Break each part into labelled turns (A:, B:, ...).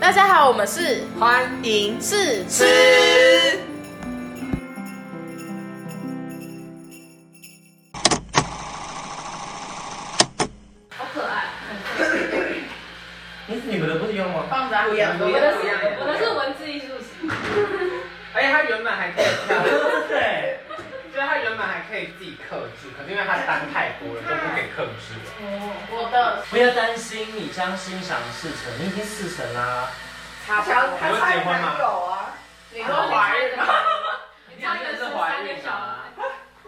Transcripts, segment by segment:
A: 大家好，我们是
B: 欢迎
A: 是
B: 吃。
C: 好可爱，
D: 你你们的不是用吗？
A: 棒子啊
B: 不一样
C: 我
B: 不一
C: 们
B: 样
C: 的是，我们是文字艺术系，
B: 而且他原本还可以跳，
D: 对，
B: 就是他原本还可以自己克制，可是因为他当泰国人就不给克制了。
A: 我的
D: 不要担心，你将心想事成，你已经事成啦。
B: 他
E: 他
B: 我
E: 差
B: 结
E: 一
B: 婚
E: 男
B: 吗？
E: 友啊，
A: 你
B: 说怀孕吗
C: 你差一个十三个小孩，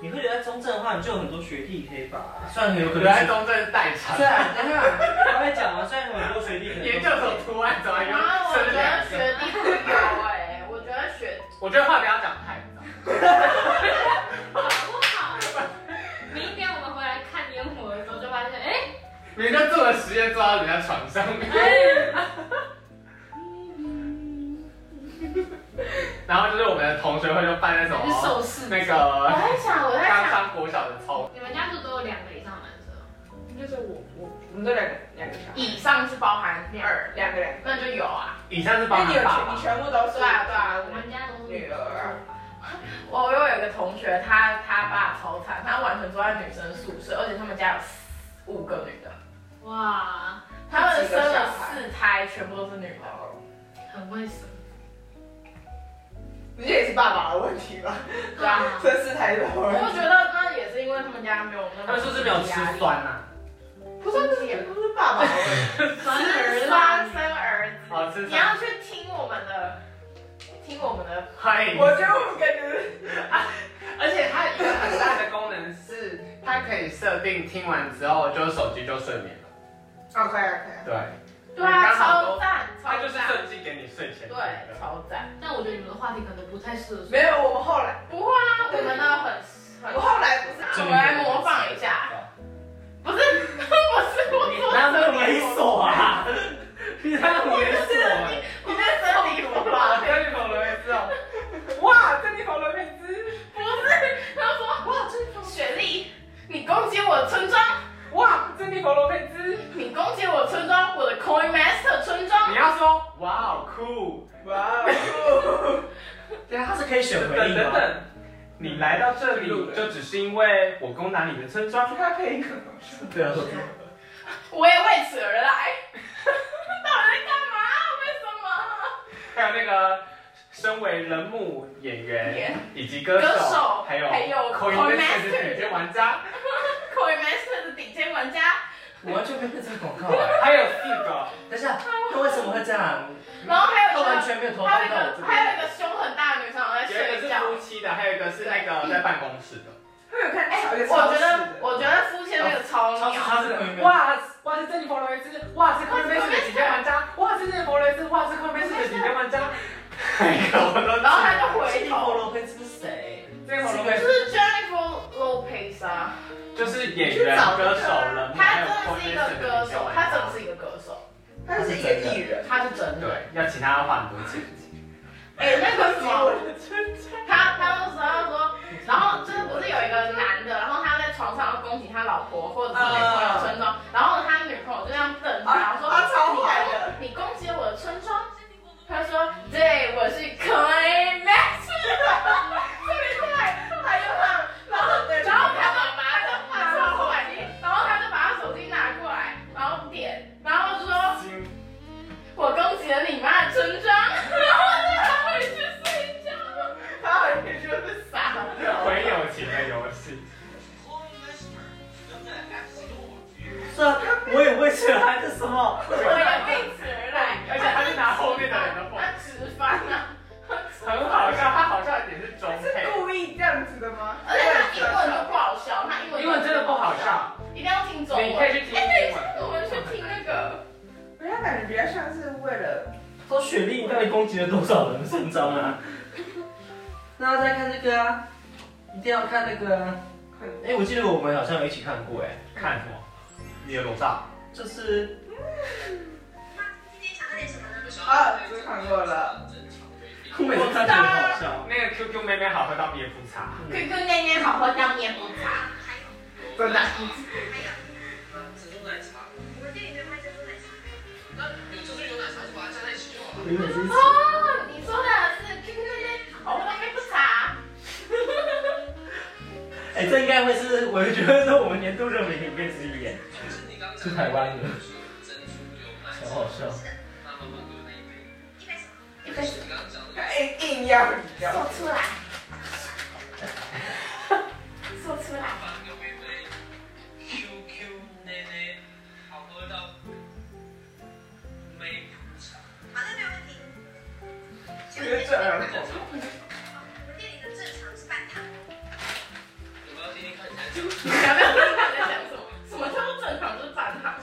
D: 你会留在中正的话，你就有很多学弟可以把，虽然有可
B: 我
D: 能
B: 在
D: 是，
B: 中正待产
D: 虽，然等一
B: 啊
D: 下还没讲完，虽然有很多学弟可能
B: 研究所图案怎么有
A: 妈，啊我
B: 生
A: 觉得
B: 两个？
A: 学弟不有哎、我觉得学
B: 我觉得话不要讲太早。
C: 好不好？明天我们回来看烟火的时候，就发现，哎，
B: 你就做了实验做到人家床上面，
A: 哎
B: 然后就是我们的同学会就办那什
C: 你是
B: 么
C: 受试
B: 那
C: 者。
A: 我
B: 个
A: 在想，我在
B: 刚
A: 想，
B: 上国小的操，
C: 你们家是都有两个以上的男生？
E: 就是我我我们都两个两个小孩，
A: 以上是包含二，
E: 二两个两个，
A: 那就有啊。
B: 以上是
E: 那
B: 帮
E: 你
B: 你
E: 有
B: 爸
E: 全
B: 爸
E: 你。全部都是
A: 对啊对啊
C: 我们家都是
E: 女儿，
A: 我又有一个同学，他他爸超惨，他完全住在女生宿舍，而且他们家有四五个女的，
C: 哇，
A: 他们生了四胎，全部都是女的。
C: 很会生。
E: 你这也是爸爸的问题吧？
A: 对啊，
E: 这四胎的
A: 我
E: 问
A: 就
E: 题，
A: 觉得那也是因为他们家没有那么
B: 他们是不是没有吃
A: 压力
B: 酸啊呐？
E: 不是这也不是爸爸的问题，
C: 反而
A: 发生儿子。
B: 好哦吃
A: 你要去听我们的，听我们的，
B: 欢迎。
E: 我觉得我们感觉
B: 而且它一个很大的功能是，它可以设定听完之后，就手机就睡眠了。
A: 哦
E: OK OK，
B: 对，
A: 对啊，
B: 刚好
A: 超
B: 都
A: 赞，
B: 它
A: 超
B: 就是
A: 赞，
B: 设计给你睡前听的。
A: 对，超赞。
C: 但我觉得你们的话题可能不太适合。
E: 没有我们后来
A: 不会啊，我们呢很很，
E: 我后来不是
A: 我来模仿一下，不是，不是我
D: 你
A: 说
D: 那么猥琐啊！你那么猥琐啊！
A: 你在整理我吧？
B: 跟你讨论一次 哦。
E: 哇，这里头的妹子，
A: 不是，他说哇，这种雪莉，你攻击我村庄，
E: 哇，这里头的妹子，
A: 你攻击我村庄，我的 Coin Master 村庄
B: 你，要说哇哦酷，
E: 哇
D: 对啊，他是可以选
B: 等
D: 回
B: 等
D: 应啊的
B: 等
D: 吗？
B: 等，你来到这里就只是因为我攻打你的村庄。
E: 他配一个，
D: 对啊，
A: 我也为此而来。 到底在干嘛？为什么？
B: 还有那个身为人母演员以及歌
A: 歌手
B: 手，还有
A: 还有
B: Coin
A: Coinmaster
B: Master 顶尖玩 家，
A: Coin Master 的顶尖玩家，
D: 我完全没有这个广告哎。
B: 还有四个，
D: 等一下，他为什么会这样？
A: 然后还有
D: 他
A: 一个
D: 完。全没有投放
A: 还有一
D: 到我
A: 个
D: 这
A: 还有
D: 边
A: 一。个胸很大的女生好像在
B: 有一
A: 睡
B: 个是
A: 觉。
B: 夫妻的，还有一个是那个在办公室的。
E: 他有看
A: 哎、
E: 小姐
A: 我
E: 超
A: 觉
E: 市
A: 得
E: 的
A: 我觉得夫妻那个超
D: 超
A: 妙，
D: 他是可以没有。
B: 哇哇是珍妮佛罗维斯，哇是昆贝斯的顶尖玩家，哇是珍妮佛罗维斯，哇是昆贝斯的顶尖玩 家。哎呦，我都
A: 然后他就
D: 是
A: 回
D: 佛
A: 头，
D: 罗佩是谁？
B: 珍妮佛罗
A: 就
B: 维斯
A: 是 Jennifer Lopez 啊，
B: 就是演员、歌手、人物，嗯
A: 她
B: 还有
A: 真的是一个歌手，她真的
B: 是
A: 是一个歌手，
E: 他是一个艺人，
A: 她是真的。
B: 对，要请他花很多钱。
A: 哎、那个什么，
E: 我的村庄，
A: 他他那时候说，然后就是不是有一个男的，然后他在床上攻击他老婆或者是女朋友村庄，然后他女朋友就这样瞪他，然后说
E: 他超坏的。
A: 你攻击我的村庄？他说对，我是 Coin Master，特别快，他就让，然后然后他妈妈就他超坏，然后他就把他手机拿过来，然后点，然后就说我攻击了你妈的村庄，然后就他回去睡觉，
E: 他好像就是
A: 傻了。
B: 回友情的游 戏，
D: 是啊，我也会选还是什么？
A: 我也为此而来，
B: 而且他是拿后面的人的
A: 他
B: 话，
A: 直翻啊，他直翻
B: 很好笑。他好笑的点是中
E: 是
B: 配，
E: 故意这样子的吗？
A: 而且他英文就不好笑，他英文
B: 英文真的不好，笑，
A: 一定要听中文。
B: 你可以去听
A: 哎
B: 英
A: 对，
B: 文。
A: 我们去听那个，
E: 人家感觉比较像是为了
D: 说雪莉到底攻击了多少人送章啊？那要再看这个啊，一定要看那个啊。
E: 很
D: 哎、我记得我们好像有一起看过哎、
B: 看什么？你的楼上。
D: 就是
E: 啊，这个看过了，
D: 我每次看觉得好笑。
B: 那个 QQ 妹妹好喝到灭夫茶，
A: Q Q 念念好喝到面不茶，
E: 真的。
F: 珍珠奶茶，我们店里面卖珍珠奶茶。那有珍珠牛奶茶就把它加在一起就好了。
D: 有点意思。
A: 哦，你说的是 QQ 那边，我那边不查。
D: 哎、这应该会是，我就觉得是我们年度热门影片之一耶，是台湾的，好好笑。
A: 一开始
E: 硬硬要
A: 说出来，说出来。
F: 好的，没有问题。
E: 这个这样的
F: 我们店里的正常是半糖。
A: 你有没有听他在讲什么？什么叫做正常就是正常？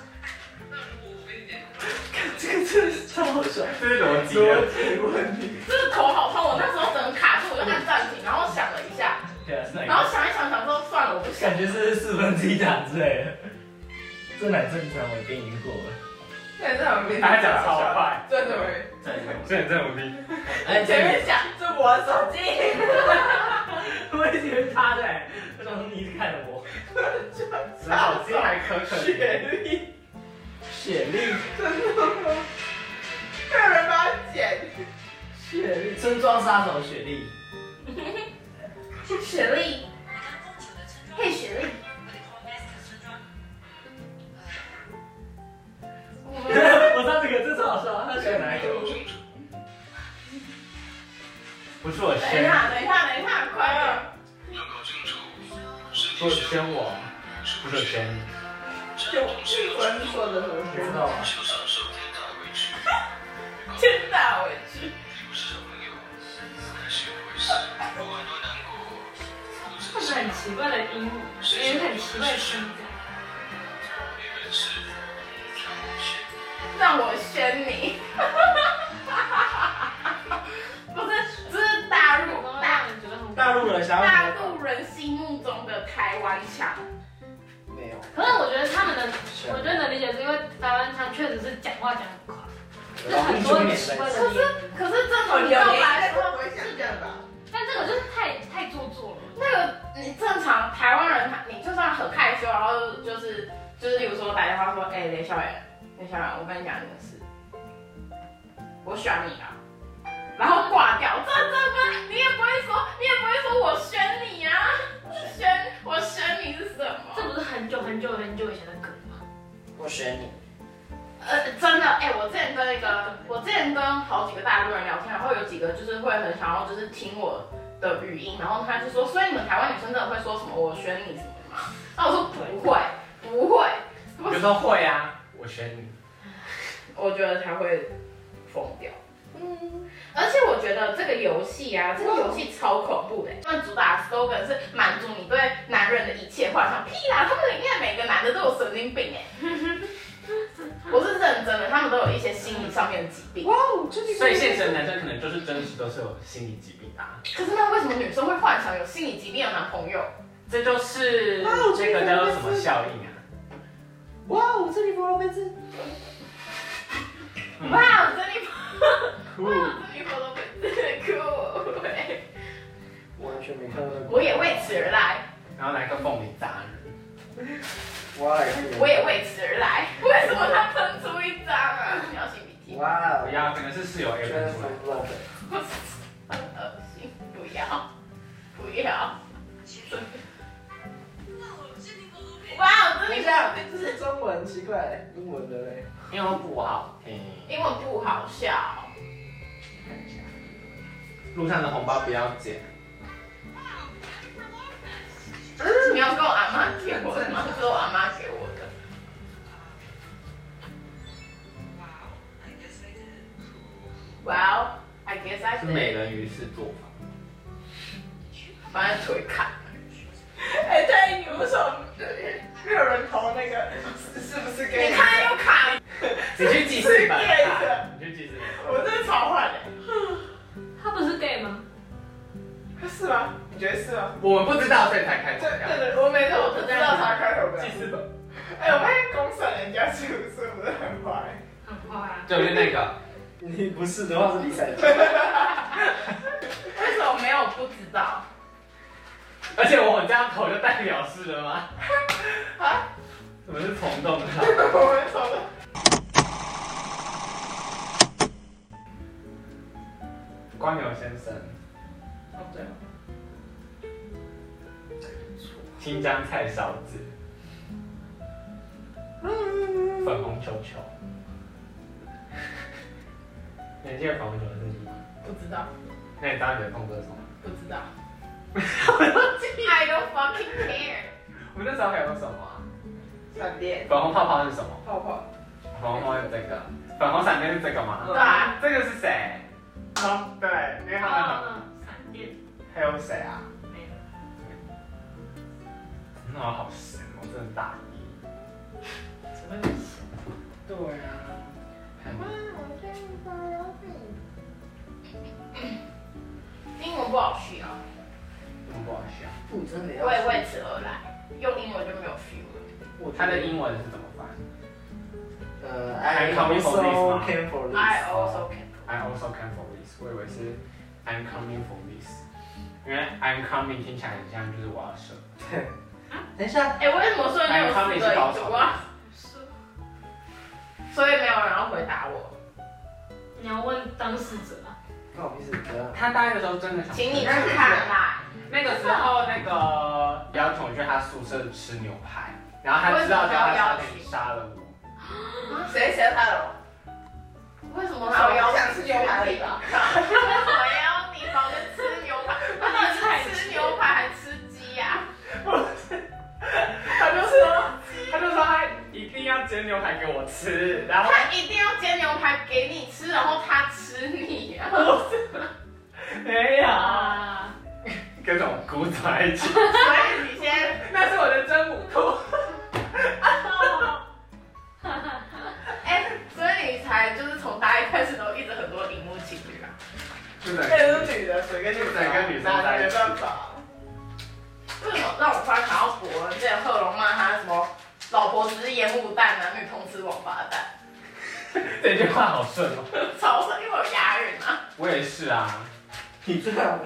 E: 这个真是
D: 超好笑，
B: 这是逻辑啊
E: 逻。辑问题。
A: 这个头好痛，我那时候只能卡住，我就按暂停，然后想了一下，
D: 对啊，是哪一
A: 然后
D: 个？
A: 想一想，想说算了，我不 想。
D: 感觉是四分之一档之类的，这哪正常？我已经赢过了。
E: 现在在旁边，
B: 他讲超快，
E: 真的没。
D: 再来
B: 所以你这么听，
D: 哎，
A: 前面想，
E: 这我手机，
D: 我以为是他的、欸，我想说你一直看着我。
B: 脑筋还可可怜。
D: 雪莉，
E: 没有人帮他剪。
D: 雪莉，村庄杀手雪莉，
A: 雪莉，嘿雪莉，我们
D: 我知道这个，这超好笑。他选哪一个？
B: 不是我
A: 等一
B: 先，
A: 下，等一下，等一下，快 点，
B: 是我先我，不是我先你。
E: 就昨天说的什么？
D: 你知道吗？
A: 天大委屈。
C: 他们很奇怪的音，也很奇怪的声音。
A: 让我选你。 不是，这是大陆大
C: 大人觉得很
D: 大陆人想要
A: 大陆人心目中的台湾腔。
D: 没有，
C: 可是我觉得他们的，我觉得能理解，是因为台湾腔确实是讲话讲很快，就很多很奇怪的音。
A: 可是这
E: 哦
A: 种你要来
E: 应
A: 说
E: 该不，会想这样吧？
C: 但这个就是太太做作了。
A: 那个你正常台湾人，他你就算很害羞，然后就是就是，例如说打电话说，哎、雷校园，雷校园，我跟你讲一个事，我选你啊，然后挂掉，这这不，你也不会说，你也不会说我选你啊，选我选你是什么？
C: 这不是很久很久很久以前的歌吗？
D: 我选你。
A: 呃，真的，哎、我之前跟一个，我之前跟好几个大陆人聊天，然后有几个就是会很想要就是听我的语音，然后他就说，所以你们台湾女生真的会说什么我选你什么吗？那我说不会，不会，
B: 有时候会啊，我选你。
A: 我觉得他会疯掉。嗯，而且我觉得这个游戏啊，这个游戏超恐怖的、他们主打的 slogan 是满足你对男人的一切幻想，屁啦！他们里面每个男的都有神经病哎、 我是认真的，他们都有一些心理上面的疾病。
E: 哦，这
B: 所以现实的男生可能就是真实都是有心理疾病的、啊，
A: 可是那为什么女生会幻想有心理疾病的男朋友？
B: 这就是这个叫做什么效应啊？
E: 哇哦，这里弗洛宾斯，
D: 嗯
A: 哇，我真的
B: 酷
A: 哇，我真的活得很酷欸。
D: 完全没看到那
A: 我也为此而来，
B: 然后来个凤梨砸人，
D: Why？
A: 我也为此而来。为什么他喷出一张啊？你要擤鼻涕，
D: 哇
B: 不要，可能是室友 A 分出来。
D: 乱
A: 很恶心，不要，不要。哇，我真的活得
D: 这是中文，奇怪，英文的嘞。
B: 因为不好听。
A: 英文不好笑。
B: 路上的红包不要捡。
A: 你要跟我阿妈给我的 吗？这是我阿妈给我的。Well, I guess I
B: 是
A: did.
B: 美人鱼是做法，
A: 把他腿砍。
E: 哎，对，你为什么没有人投那个？是是不是给
A: 你看又砍，
B: 你去记事 本啊，你去记事本。
E: 我真的超坏的，
C: 他不是 gay 吗？
E: 是吗？你觉得是吗？
B: 我们不知道，所以才开
E: 对
B: 始聊。
E: 对对，我每次我都知道他开头的
B: 记。事本，
E: 哎，我发现公审人家是不是不是很坏？
C: 很坏啊。
B: 就是那个，
D: 你不是的话是比赛。
A: 为什么没有不知道？
B: 而且我这样投就代表是了吗？
E: 啊，
B: 我是虫啊洞的。
E: 我们投的。
B: 先生，
E: 哦
B: 啊
E: 对哦，
B: 新疆菜烧子，粉红球球， 你记得粉红球的事情吗？
A: 不知道，
B: 那你知道你的动作是什么吗？
A: 不知道。I don't fucking care。
B: 我们那时候还有什么啊？
E: 闪电
B: 粉红泡泡是什么？
E: 泡泡，
B: 粉红泡泡有这个，粉红闪电是这个吗？
A: 对啊，
B: 这个是谁？哦，对，因为他们很
C: 嗯，闪电
B: 还有谁啊？
C: 没了。
B: 那我好神哦，我真的大意。
A: 怎么会有事
B: 对啊，
A: 英文不好学哦，
B: 那么不好笑。
D: 不真的
A: 我也为此而来，用英文就没有 feel 了。
B: 他的英文是怎么翻
D: 呃
B: I also came
D: for
A: I also can。
B: ？I also come for this，我以为是 I'm coming for this，因为 I'm coming 听起来很像就是我要射。
D: 等一下，
A: 哎，为什么说你有四个已读啊？
C: 是，
A: 所以没有人要回答我，
C: 你要问当事者啊。
D: 那我平时
B: 他大一的时候真的想，
A: 请你去看啦。
B: 那个时候那个姚琼去他宿舍吃牛排，然后他知道之后他差点杀了我。
E: 谁谁他了？
A: 为什么还要邀
E: 想吃牛排了吧？
A: 为 什么要你房间吃牛排？他到底是吃牛排还是吃鸡呀、
B: 他就说，他就说他一定要煎牛排给我吃，然后
A: 他一定要煎牛排给你吃，然后他吃你啊！
B: 没有，
C: 啊，
B: 各种鼓掌在一起。
A: 所以你先，
B: 那是我的真母兔。
A: 哎、所以你才就是从大一开始都一直很多荧幕情侣啊。
B: 真的
E: 那个 是女的，谁跟女的？
B: 谁跟女生
E: 哪
B: 在一
E: 没
B: 起
E: 办法。
A: 为什么让我突然想到博文之前贺龙骂他什么老婆只是烟雾弹，男女通吃王八蛋，
B: 这句话好顺哦。
A: 超生因为有押韵啊。
B: 我也是啊，
D: 你这样，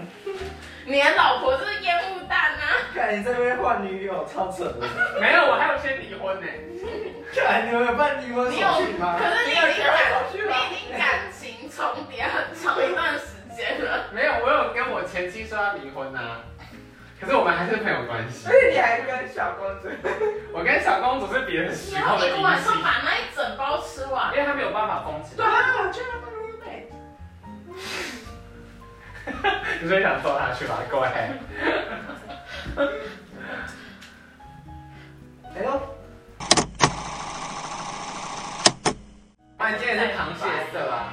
A: 你的老婆就是烟雾弹啊！
D: 看你这边换女友，超扯的。
B: 没有，我还有先离婚呢。
D: 看你们有办离婚
A: 你有，
D: 手续吗？
A: 可是你已
E: 你有
A: 经
E: 学会
A: 感
E: 手续吗
A: 你已经感情重叠很长一段时间了。
B: 没有，我有跟我前妻说要离婚啊，可是我们还是朋友关系
E: 所。以你还跟小公主？
B: 我跟小公主是别人
A: 你
B: 时
A: 要
B: 空的
A: 一个
B: 关
A: 晚
B: 系，
A: 上把那一整包吃完。
B: 因为她没有办法封起来。
E: 啊，我去他们 roommate。
B: 你所以想揍她去吧，各位。
D: 哎呦，
B: 哇，哎你今天是螃蟹色啊。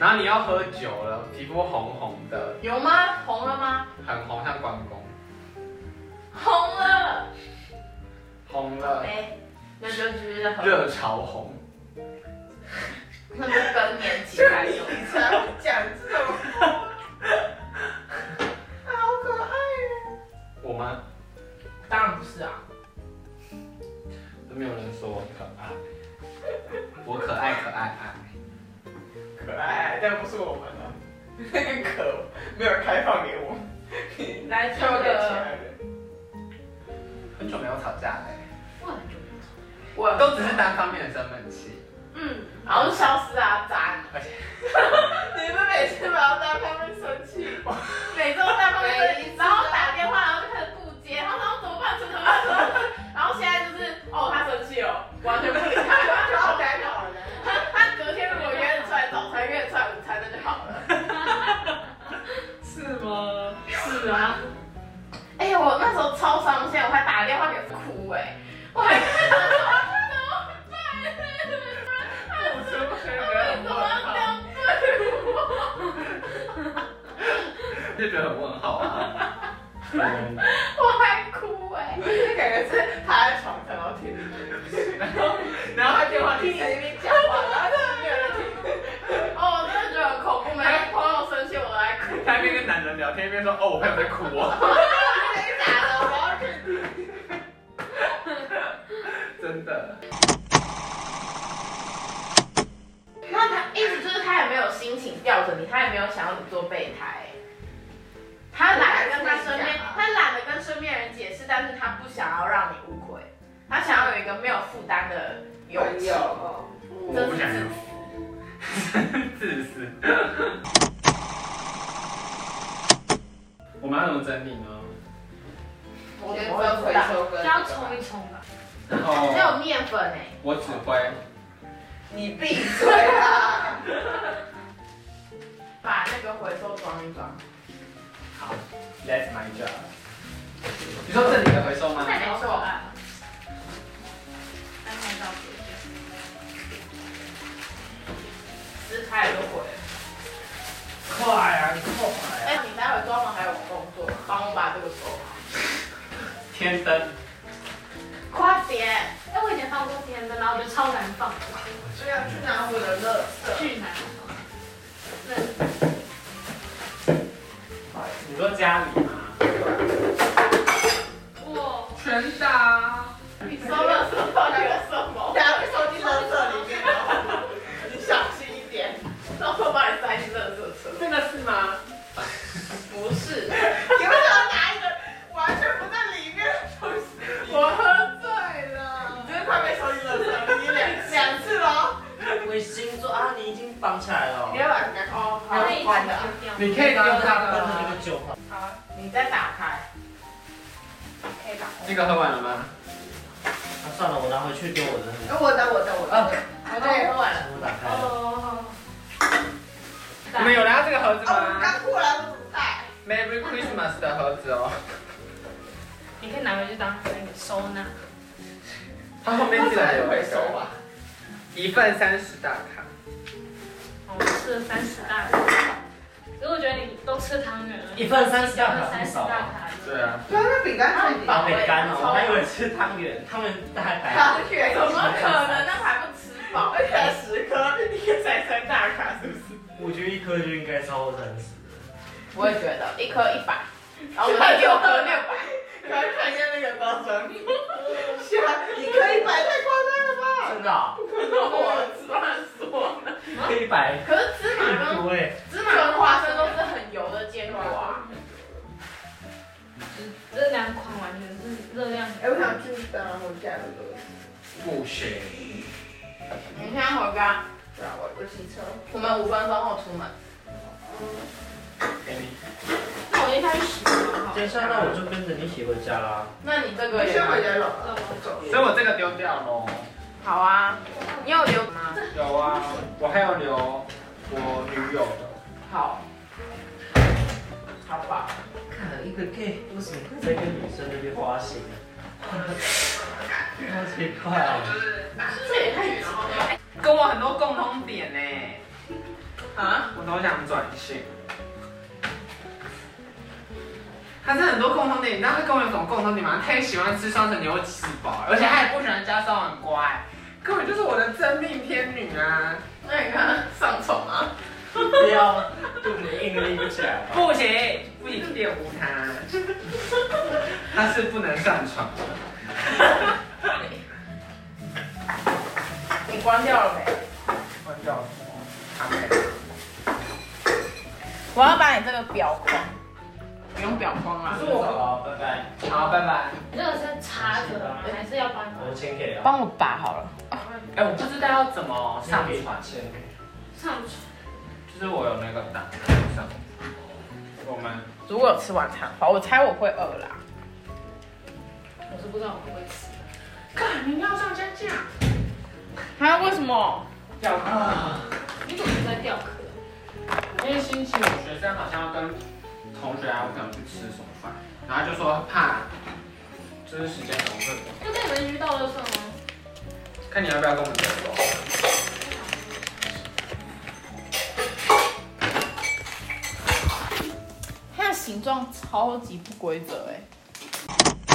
B: 然后你要喝酒了，皮肤红红的，
A: 有吗？红了吗？
B: 很红，像关公。
A: 红了。
B: 红了，
A: 没，那就只是很，
B: 热潮红。
A: 那就更年期才有。
E: 你才会讲这种。好可爱哦！
B: 我吗？
A: 当然不是啊。
B: 都没有人说我可爱，我可爱可爱爱。
E: 可爱，但不是我们啊。那个可没有开放给我。
A: 来这
E: 跳给其他
A: 个，
E: 人。
B: 很久没有吵架嘞、
C: 我很久没有吵。
A: 我
B: 都只是单方面的生闷气。
C: 嗯，
A: 然后就消失啊，渣
B: 而且
A: 你们每次都要在他们生气，每周在他们生气，然后打电话，然后就开始不接，然后然后怎么办？怎么办？然后现在就是，哦，他生气哦，完全不理他。
E: 好改好了。
A: 他他隔天如果约得出来早餐，约得出来午餐，那就好了。
B: 是吗？
C: 是啊，
A: 哎、我那时候超伤心，我还打电话给哭哎、我还跟他说怎么办？
B: 我真的觉
A: 他为什
B: 得很
A: 么要
B: 问
A: 这
B: 号，
A: 样对我？
B: 就觉得很问号啊。
A: 我还哭哎、
E: 这感觉是趴在床上然后听
B: 然后他电话
E: 听
B: 听
E: 你那 边讲话，然后就没有人听。
A: 哦，我真的觉得很恐怖，每个朋友生气我都在哭，
B: 他一边跟男人聊天，一边说：“哦，我朋友在哭哦。
A: 真的假的？我要去。”
B: 真的，
A: 那他意思就是他也没有心情吊着你，他也没有想要你做备胎。他懒得跟他啊身边，他懒得跟身边人解释，但是他不想要让你误会，他想要有一个没有负担的友情。
E: 有。
B: 我不想要。自私。我们要怎么整理呢？
A: 先分回收跟
C: 这样冲一冲啊吧。
B: 然
A: 只
B: 后
A: 有面粉哎、
B: 我指挥，
E: 你闭嘴啊啦！
A: 把那个回收装一装。
B: 好，That's my job。你说这里的回收吗？
C: 太难受
B: 啊
C: 了。来拍照片。
A: 撕开了就回。
B: 快啊快！
A: 哎、你待会装完还有工作，帮我把这个收好。
B: 天灯，
A: 快点，
C: 哎，我以前放过天灯，然后我觉得超难放，
E: 哎
A: 就要去拿我的乐色。
C: 巨难放。那
B: 你说家里吗？
C: 哇，
B: 全打。
A: 你收乐色到底有什么？
E: 大家会收进垃圾里面哦。
A: 你小心一点，到时候把你塞进乐色车。
B: 这个是吗？
A: 不是，
E: 你为什么拿一个完全不在里面的东西？
A: 我喝醉
E: 你
A: 了。
E: 真的快被收进垃圾了，你两两次喽。
D: 我星座啊，你已经绑起来了
A: 你。要把人家哦，
C: 那一
A: 好，
E: 哎
A: 的。
C: 起丢掉。
B: 你可以拿它
D: 分成那
B: 的。
D: 个九号，
A: 好，你再打开。可以打开。
B: 这个喝完了吗？
D: 啊算了，我拿回去丢我的那
A: 哎，我的，我的，我的。
E: 哦
A: 我的我喝完了。
D: 个，我打开了。
C: 哦。
B: 你们有拿到这个盒子
E: 啊，我们
B: 吗
E: 刚过来，我怎么带？
B: ？Merry Christmas 的盒子哦，
C: 你可以拿回去当那个收纳。
B: 它后面竟然有回收啊！一份三十大卡，
C: 我吃了三十大卡，可是我觉得你都吃汤圆了，
D: 一份三十大卡
C: 三
D: 很
C: 十
D: 少
C: 大
D: 啊。
C: 卡，
B: 对啊，
E: 对啊，那饼干
A: 是你的
D: 绑得干哦，我还以为吃汤圆，汤圆大概。
E: 汤圆
A: 怎么可能？那还不吃饱？
E: 而且还十颗，一个才三大卡，是不是？
D: 我觉得一颗就应该超过三十。
A: 我也觉得，一颗一百，然后 我们六颗六百。
E: 刚刚看一下那个包装，吓，你可以买太夸张了吧？
D: 真的 啊？
A: 我乱说呢。
D: 可以摆
A: 可是芝麻
D: 很
A: 跟
D: 多哎。
A: 芝麻跟花生都是很油的坚果啊。
C: 热量款完全是热量。
E: 哎，我想去当我家的歌，
B: 不行，
A: 你现在回家，
E: 对啊，我我骑车。
A: 我们五分钟后出门。
B: 给你。
C: 那我就下去洗了，好
D: 等一下，那哎我就跟着你一起回家啦。
A: 那你这个
E: 我
A: 也
E: 先回家了。
C: 好。
B: 所以我这个丢掉喽。
A: 好啊，你有留吗？
B: 有啊，我还有留我女友的。
A: 好，好吧。
D: 看一个 gay 为什么会在跟女生那边花心啊？好奇怪啊！
A: 这也太急了。
B: 跟我很多共通点呢，
A: 啊？
B: 我都想转性。他是很多共通点，你知道他跟我有什么共通点吗？他也喜欢吃双层牛肉吃堡，而且他也不喜欢加烧很乖，根本就是我的真命天女啊！
A: 那你看上床啊？
D: 不要肚子硬立不起来吧。
B: 不行，不行，玷污他， 他是不能上床的。
A: 你关掉了没？
B: 关掉了，他没。
A: 我要把你这个裱框。不用裱框啊
B: 是我
D: 好，拜拜。
B: 好，拜拜。
C: 你这个是插着的吗？还是要帮你
D: 我先给啊。
A: 帮我拔好了。
B: 哎、我不知道要怎么上传，
C: 上去？
B: 就是我有那个档上。我们
A: 如果有吃晚餐的话，我猜我会饿啦。
C: 我是不知道我会不会吃。
B: 干，你要上家架？
A: 啊？为什么？
B: 要啊！
C: 你怎么在掉壳？
B: 因为星期五学生好像要跟同学啊，我可能去吃什么饭，然后就说怕，就是时间可能会不
C: 就跟你们遇到的时候吗？
B: 够，看你要不要跟我们联络。
A: 它的形状超级不规则哎。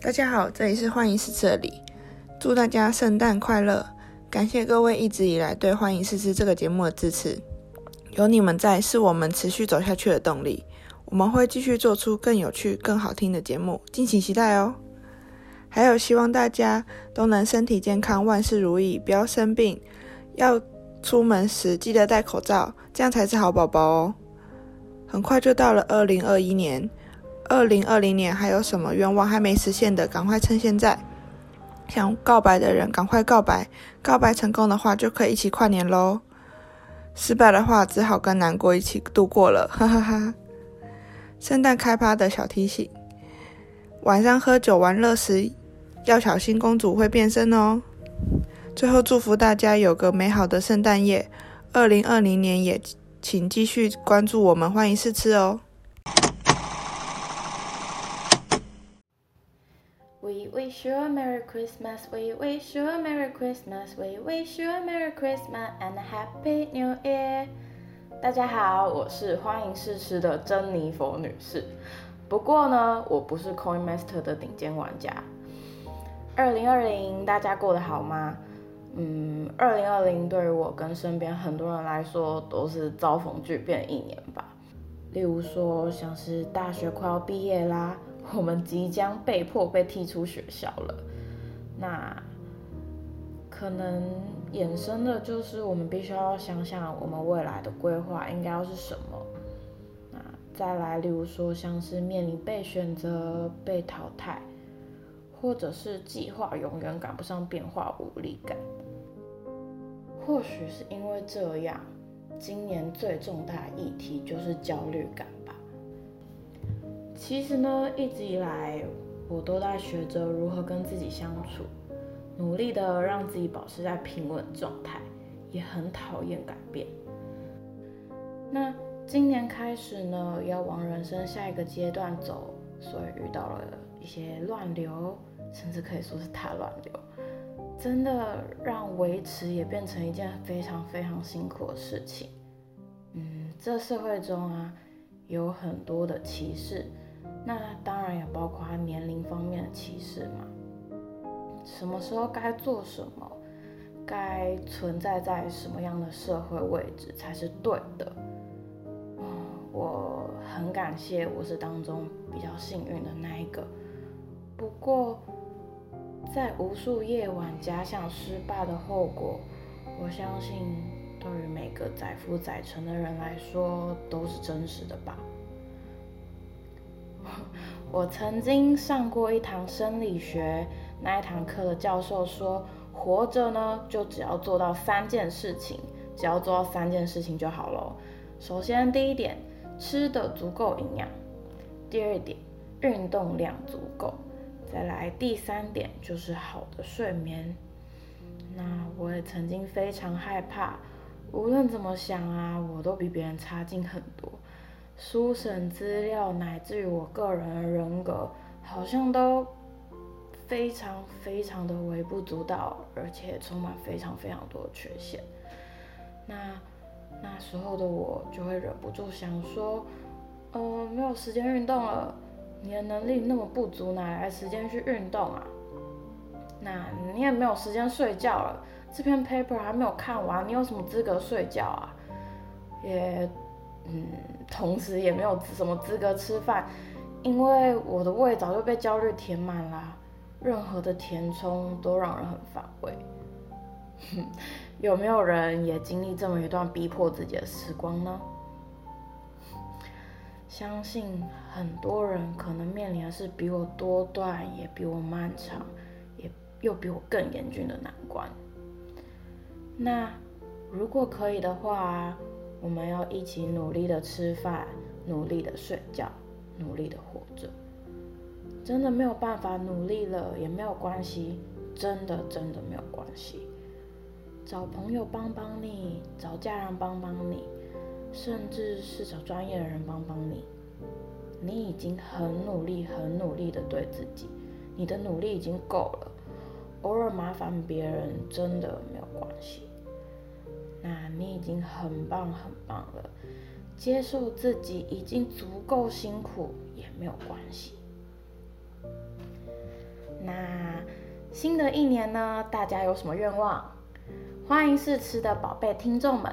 G: 大家好，这里是幻影是这里，祝大家圣诞快乐！感谢各位一直以来对《幻影试吃》这个节目的支持，有你们在，是我们持续走下去的动力。我们会继续做出更有趣、更好听的节目，敬请期待哦！还有，希望大家都能身体健康，万事如意，不要生病。要出门时记得戴口罩，这样才是好宝宝哦。很快就到了二零二一年，二零二零年还有什么愿望还没实现的，赶快趁现在。想告白的人赶快告白，告白成功的话就可以一起跨年喽。失败的话，只好跟难过一起度过了，哈哈哈。圣诞开趴的小提醒：晚上喝酒玩乐时，要小心公主会变身哦。最后祝福大家有个美好的圣诞夜，二零二零年也请继续关注我们，欢迎试吃哦。
A: We wish you a Merry Christmas. We wish you a Merry Christmas. We wish you a Merry Christmas and a Happy New Year. 大家好，我是欢迎试吃的珍妮佛女士。不过呢，我不是 Coin Master 的顶尖玩家。二零二零，大家过得好吗？嗯，二零二零对于我跟身边很多人来说都是遭逢巨变的一年吧。例如说，像是大学快要毕业啦， 我们即将被迫被踢出学校了。那可能衍生的就是我们必须要想想我们未来的规划应该要是什么。那再来，例如说像是面临被选择、被淘汰，或者是计划永远赶不上变化无力感。或许是因为这样，今年最重大的议题就是焦虑感吧。其实呢，一直以来我都在学着如何跟自己相处，努力的让自己保持在平稳状态，也很讨厌改变。那今年开始呢，要往人生下一个阶段走，所以遇到了一些乱流，甚至可以说是大乱流，真的让维持也变成一件非常非常辛苦的事情。嗯，这社会中啊，有很多的歧视，那当然也包括年龄方面的歧视嘛。什么时候该做什么，该存在在什么样的社会位置才是对的。嗯，我很感谢我是当中比较幸运的那一个。不过，在无数夜晚假想失败的后果，我相信对于每个载浮载沉的人来说都是真实的吧。 我曾经上过一堂生理学，那一堂课的教授说，活着呢就只要做到三件事情，只要做到三件事情就好咯。首先，第一点，吃的足够营养；第二点，运动量足够；再来第三点就是好的睡眠。那我也曾经非常害怕，无论怎么想啊，我都比别人差劲很多。书审资料乃至于我个人的人格，好像都非常非常的微不足道，而且充满非常非常多的缺陷。那那时候的我就会忍不住想说，呃，没有时间运动了，你的能力那么不足，哪来时间去运动啊？那你也没有时间睡觉了，这篇 paper 还没有看完，你有什么资格睡觉啊？也，嗯，同时也没有什么资格吃饭，因为我的胃早就被焦虑填满啦，任何的填充都让人很反胃。 有没有人也经历这么一段逼迫自己的时光呢？相信很多人可能面临的是比我多段，也比我漫长，也又比我更严峻的难关。那如果可以的话，啊我们要一起努力的吃饭，努力的睡觉，努力的活着。真的没有办法努力了也没有关系，真的真的没有关系。找朋友帮帮你，找家人帮帮你，甚至是找专业的人帮帮你。你已经很努力、很努力的对自己，你的努力已经够了。偶尔麻烦别人真的没有关系。那你已经很棒、很棒了，接受自己已经足够辛苦也没有关系。那新的一年呢？大家有什么愿望？欢迎试吃的宝贝听众们，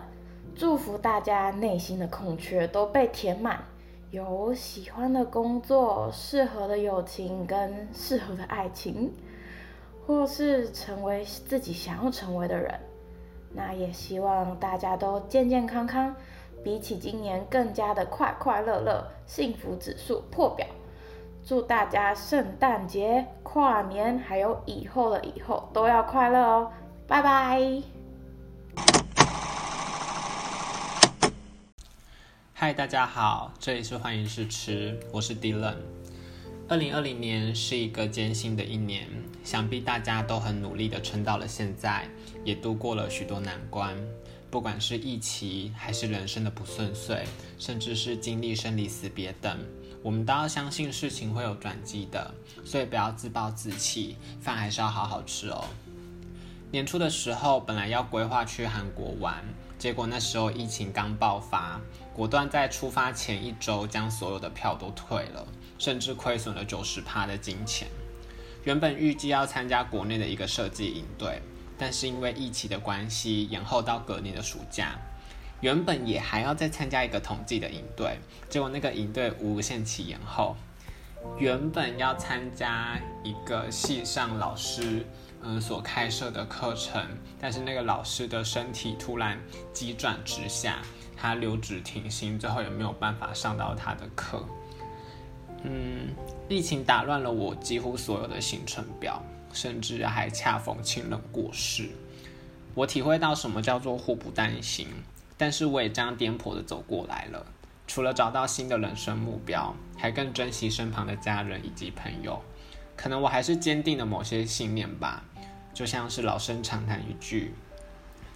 A: 祝福大家内心的空缺都被填满，有喜欢的工作、适合的友情跟适合的爱情，或是成为自己想要成为的人。那也希望大家都健健康康，比起今年更加的快快乐乐，幸福指数破表。祝大家圣诞节、跨年，还有以后的以后都要快乐哦！拜拜。
H: 嗨，大家好，这里是欢迎试吃，我是 Dylan。二零二零年是一个艰辛的一年，想必大家都很努力的撑到了现在，也度过了许多难关。不管是疫情，还是人生的不顺遂，甚至是经历生离死别等，我们都要相信事情会有转机的，所以不要自暴自弃，饭还是要好好吃哦。年初的时候，本来要规划去韩国玩，结果那时候疫情刚爆发，果断在出发前一周将所有的票都退了，甚至亏损了九十趴的金钱。原本预计要参加国内的一个设计营队，但是因为疫情的关系，延后到隔年的暑假。原本也还要再参加一个统计的营队，结果那个营队无限期延后。原本要参加一个系上老师嗯所开设的课程，但是那个老师的身体突然急转直下，他留职停薪，最后也没有办法上到他的课。嗯，疫情打乱了我几乎所有的行程表，甚至还恰逢亲人过世。我体会到什么叫做祸不单行，但是我也这样颠簸的走过来了。除了找到新的人生目标，还更珍惜身旁的家人以及朋友。可能我还是坚定了某些信念吧，就像是老生常谈一句：“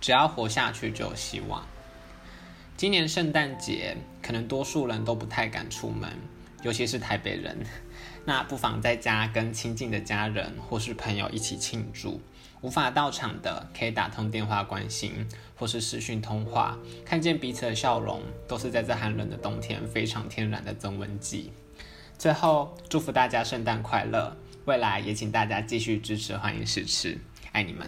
H: 只要活下去就有希望。”今年圣诞节，可能多数人都不太敢出门，尤其是台北人。那不妨在家跟亲近的家人或是朋友一起庆祝。无法到场的，可以打通电话关心，或是视讯通话，看见彼此的笑容，都是在这寒冷的冬天非常天然的增温剂。最后，祝福大家圣诞快乐！未来也请大家继续支持欢迎试吃，爱你们。